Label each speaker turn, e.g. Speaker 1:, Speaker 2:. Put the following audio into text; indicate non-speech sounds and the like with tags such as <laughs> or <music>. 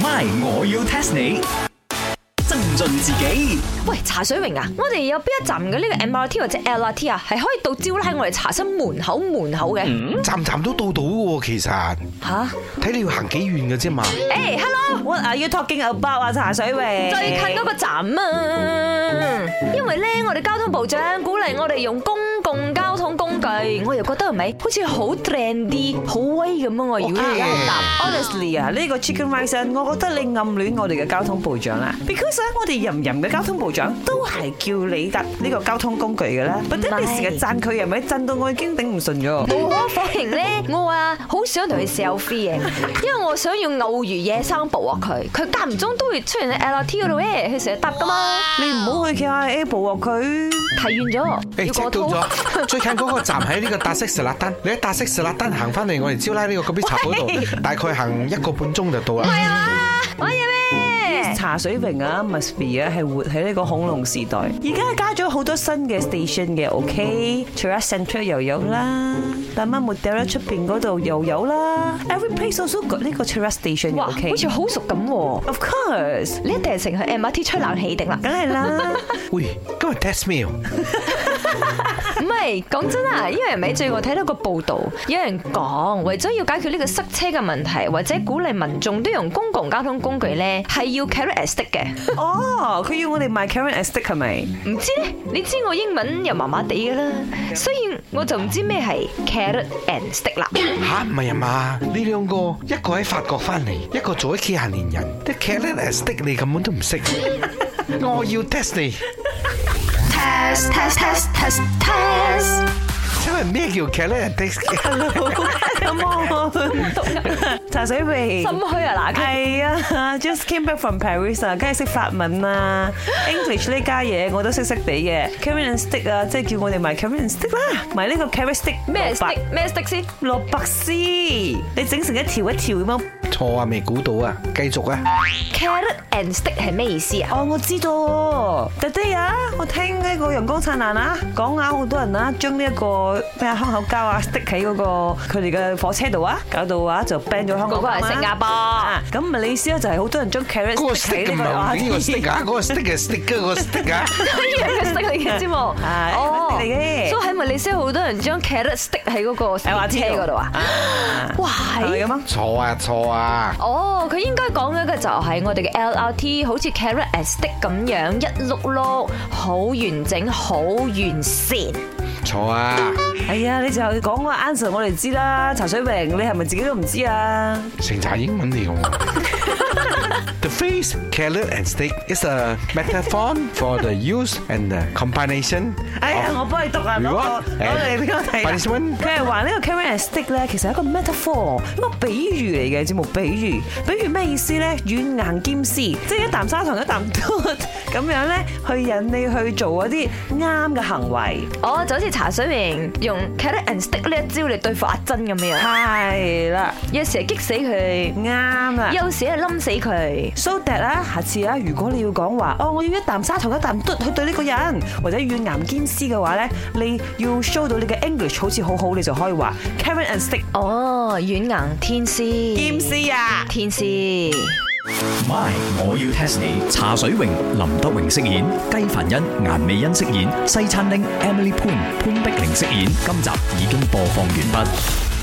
Speaker 1: My，我要 test 你。增進自己，
Speaker 2: 喂，茶水榮啊，我哋有邊一站嘅呢個 MRT 或者 LRT 啊，係可以到招拉我哋茶室門口門口嘅
Speaker 3: 站站都到到嘅喎，其實
Speaker 2: 吓？
Speaker 3: 睇你要行幾遠嘅啫嘛。
Speaker 2: 誒，hello，
Speaker 4: What are you talking about À, 啊？茶水榮
Speaker 2: 最近嗰個站啊，因為咧我哋交通部長鼓勵我哋用公共交通工具，我又覺得係咪好似好 trend 啲、好威咁啊？我
Speaker 3: 哦
Speaker 2: 如果而家去搭。
Speaker 4: Honestly 啊，呢個 Chicken Rice 啊我覺得你暗戀我哋嘅交通部長啦，because 啊我哋人人嘅交通部長都係叫你搭呢個交通工具嘅啦，或者你成日讚佢，係咪讚到我已經頂唔順咗？
Speaker 2: 無可否認咧，我啊好想同佢 selfie 嘅，因為我想要偶遇野生捕獲佢。佢間唔中都會出現喺 LRT 嗰度咧，佢成日搭噶嘛。
Speaker 4: 你唔好去 KIA 捕獲佢。
Speaker 2: 提遠咗，
Speaker 3: 誒，
Speaker 2: 要
Speaker 3: 即係
Speaker 2: 過套。
Speaker 3: 到咗， <laughs> 最近嗰個站喺呢個達色士辣丹，你喺達色士辣丹行翻嚟我哋招拉呢個嗰邊茶鋪
Speaker 2: <laughs>
Speaker 3: 度，大概行一個半鐘就到啦。
Speaker 2: 係啊，玩嘢咩？
Speaker 4: 茶水榮啊，must be 啊，係活喺呢個恐龍時代。而家加咗好多新嘅 station 嘅，OK，除咗 Central 又有啦，大媽 m o d 啦，出邊嗰度又有啦，Every place also got 呢個 Terra station 嘅
Speaker 2: 哇，
Speaker 4: ，OK。
Speaker 2: 好似好熟咁喎。
Speaker 4: Of course，
Speaker 2: <laughs> 你一定係成日去 MRT 吹冷氣定啦？
Speaker 4: 梗係啦。
Speaker 3: 喂，今日 test meal，
Speaker 2: <laughs> 唔係，講真啊，因為咪最近我睇到個報道，有人講為咗要解決呢個塞車嘅問題，或者鼓勵民眾都用公共交通工具咧，係要 carrot and stick 嘅。
Speaker 4: 哦，佢要我哋賣 Karen Estate
Speaker 2: <laughs>
Speaker 4: 係咪？
Speaker 2: 唔知咧，你知我英文又麻麻地噶啦，所以我就唔知咩係 carrot and stick 啦。
Speaker 3: 吓唔係啊嘛？呢兩個一個喺法國翻嚟，一個做咗幾廿年人，啲 c a l e n stick 你根本都唔
Speaker 2: <laughs>
Speaker 3: 識。我要 test 你，
Speaker 2: test test test test test，
Speaker 3: 請問咩叫 c a l e
Speaker 2: <laughs>
Speaker 3: n stick？
Speaker 4: <laughs> 茶水
Speaker 2: <coughs>
Speaker 4: 榮，
Speaker 2: 心虛啊嗱，
Speaker 4: 係啊，just <laughs> came back from Paris à. 啊，梗係識法文啊，English à, 呢家嘢我都識識地嘅，Karen Stick à, 啊，即係叫我哋賣 Karen Stick 啦，賣呢個 Karen Stick
Speaker 2: 咩
Speaker 4: 蘿蔔
Speaker 2: stick 咩 stick 先？
Speaker 4: 蘿蔔絲，你整成一條一條咁樣。
Speaker 3: 錯啊，未估到啊，繼續啊。
Speaker 2: carrot and stick 係咩意思啊？
Speaker 4: 哦，我知道喎，Today 啊，我聽呢個陽光燦爛啊，講啊好多人啊，將呢一個咩啊香口膠啊 stick 喺嗰個佢哋嘅火車度啊，搞到啊就 ban 咗香
Speaker 2: 嗰
Speaker 4: 港
Speaker 2: 個係新加坡
Speaker 4: 啊咁咪你意思咧就係好多人將 carrot
Speaker 3: <laughs> 嗰個 stick
Speaker 4: stick 喺
Speaker 3: 唔
Speaker 4: 呢
Speaker 3: 係呢個 <laughs> stick à?
Speaker 4: 個
Speaker 3: 啊，嗰個 stick 係 stick 嗰個 stick 啊。
Speaker 4: <laughs>
Speaker 2: 一樣嘅 stick 嚟嘅啫喎。
Speaker 4: 係
Speaker 2: 哦
Speaker 4: stick 嚟嘅
Speaker 2: 所以喺咪你先好多人將 carrot stick 喺嗰個
Speaker 4: LRT
Speaker 2: 車嗰度啊？哇，
Speaker 4: 係咪
Speaker 2: 係
Speaker 4: 咁啊？
Speaker 3: <laughs> 錯啊錯啊！
Speaker 2: 哦，佢應該講緊嘅就係我哋嘅 LRT，好似 carrot and stick 咁樣一碌碌，好完整，好完善。
Speaker 3: 錯啊！
Speaker 4: 係啊，你就講個 answer 我哋知啦。茶水榮，你係咪自己都唔知啊？
Speaker 3: 成扎英文嚟嘅 <laughs> 喎。The phrase carrot and stick is a metaphor for the use and the combination
Speaker 4: 哎呀，我
Speaker 3: of
Speaker 4: 幫你讀啊，攞個
Speaker 3: Reward
Speaker 4: 攞嚟俾我
Speaker 3: and
Speaker 4: 睇啊。
Speaker 3: punishment
Speaker 4: 佢係話呢個 carrot and stick 咧，其實係一個 metaphor，一個比喻嚟嘅節目比喻。比喻咩意思咧？軟硬兼施，即係一啖砂糖一啖 <laughs> 嘟咁樣咧，去引你去做嗰啲啱嘅行為。
Speaker 2: 哦，就好似茶水榮用 carrot and stick 呢一招嚟對付阿珍咁樣，
Speaker 4: 係啦，
Speaker 2: 有時係激死佢，
Speaker 4: 啱啦。
Speaker 2: 有時係冧死佢。
Speaker 4: So that 啦，下次啊，如果你要講話，哦，我要一啖砂糖一啖嘟去對呢個人，或者軟岩兼施嘅話咧，你要 show 到你嘅 English 好似好好，你就可以話 Karen and Stick
Speaker 2: 哦，軟硬天師，
Speaker 4: 兼施啊。
Speaker 2: 天師。
Speaker 1: My，我要 test 你。茶水榮、林德榮飾演，雞凡欣、顏美欣飾演，西餐廳 Emily Poon 潘碧玲飾演。今集已經播放完畢。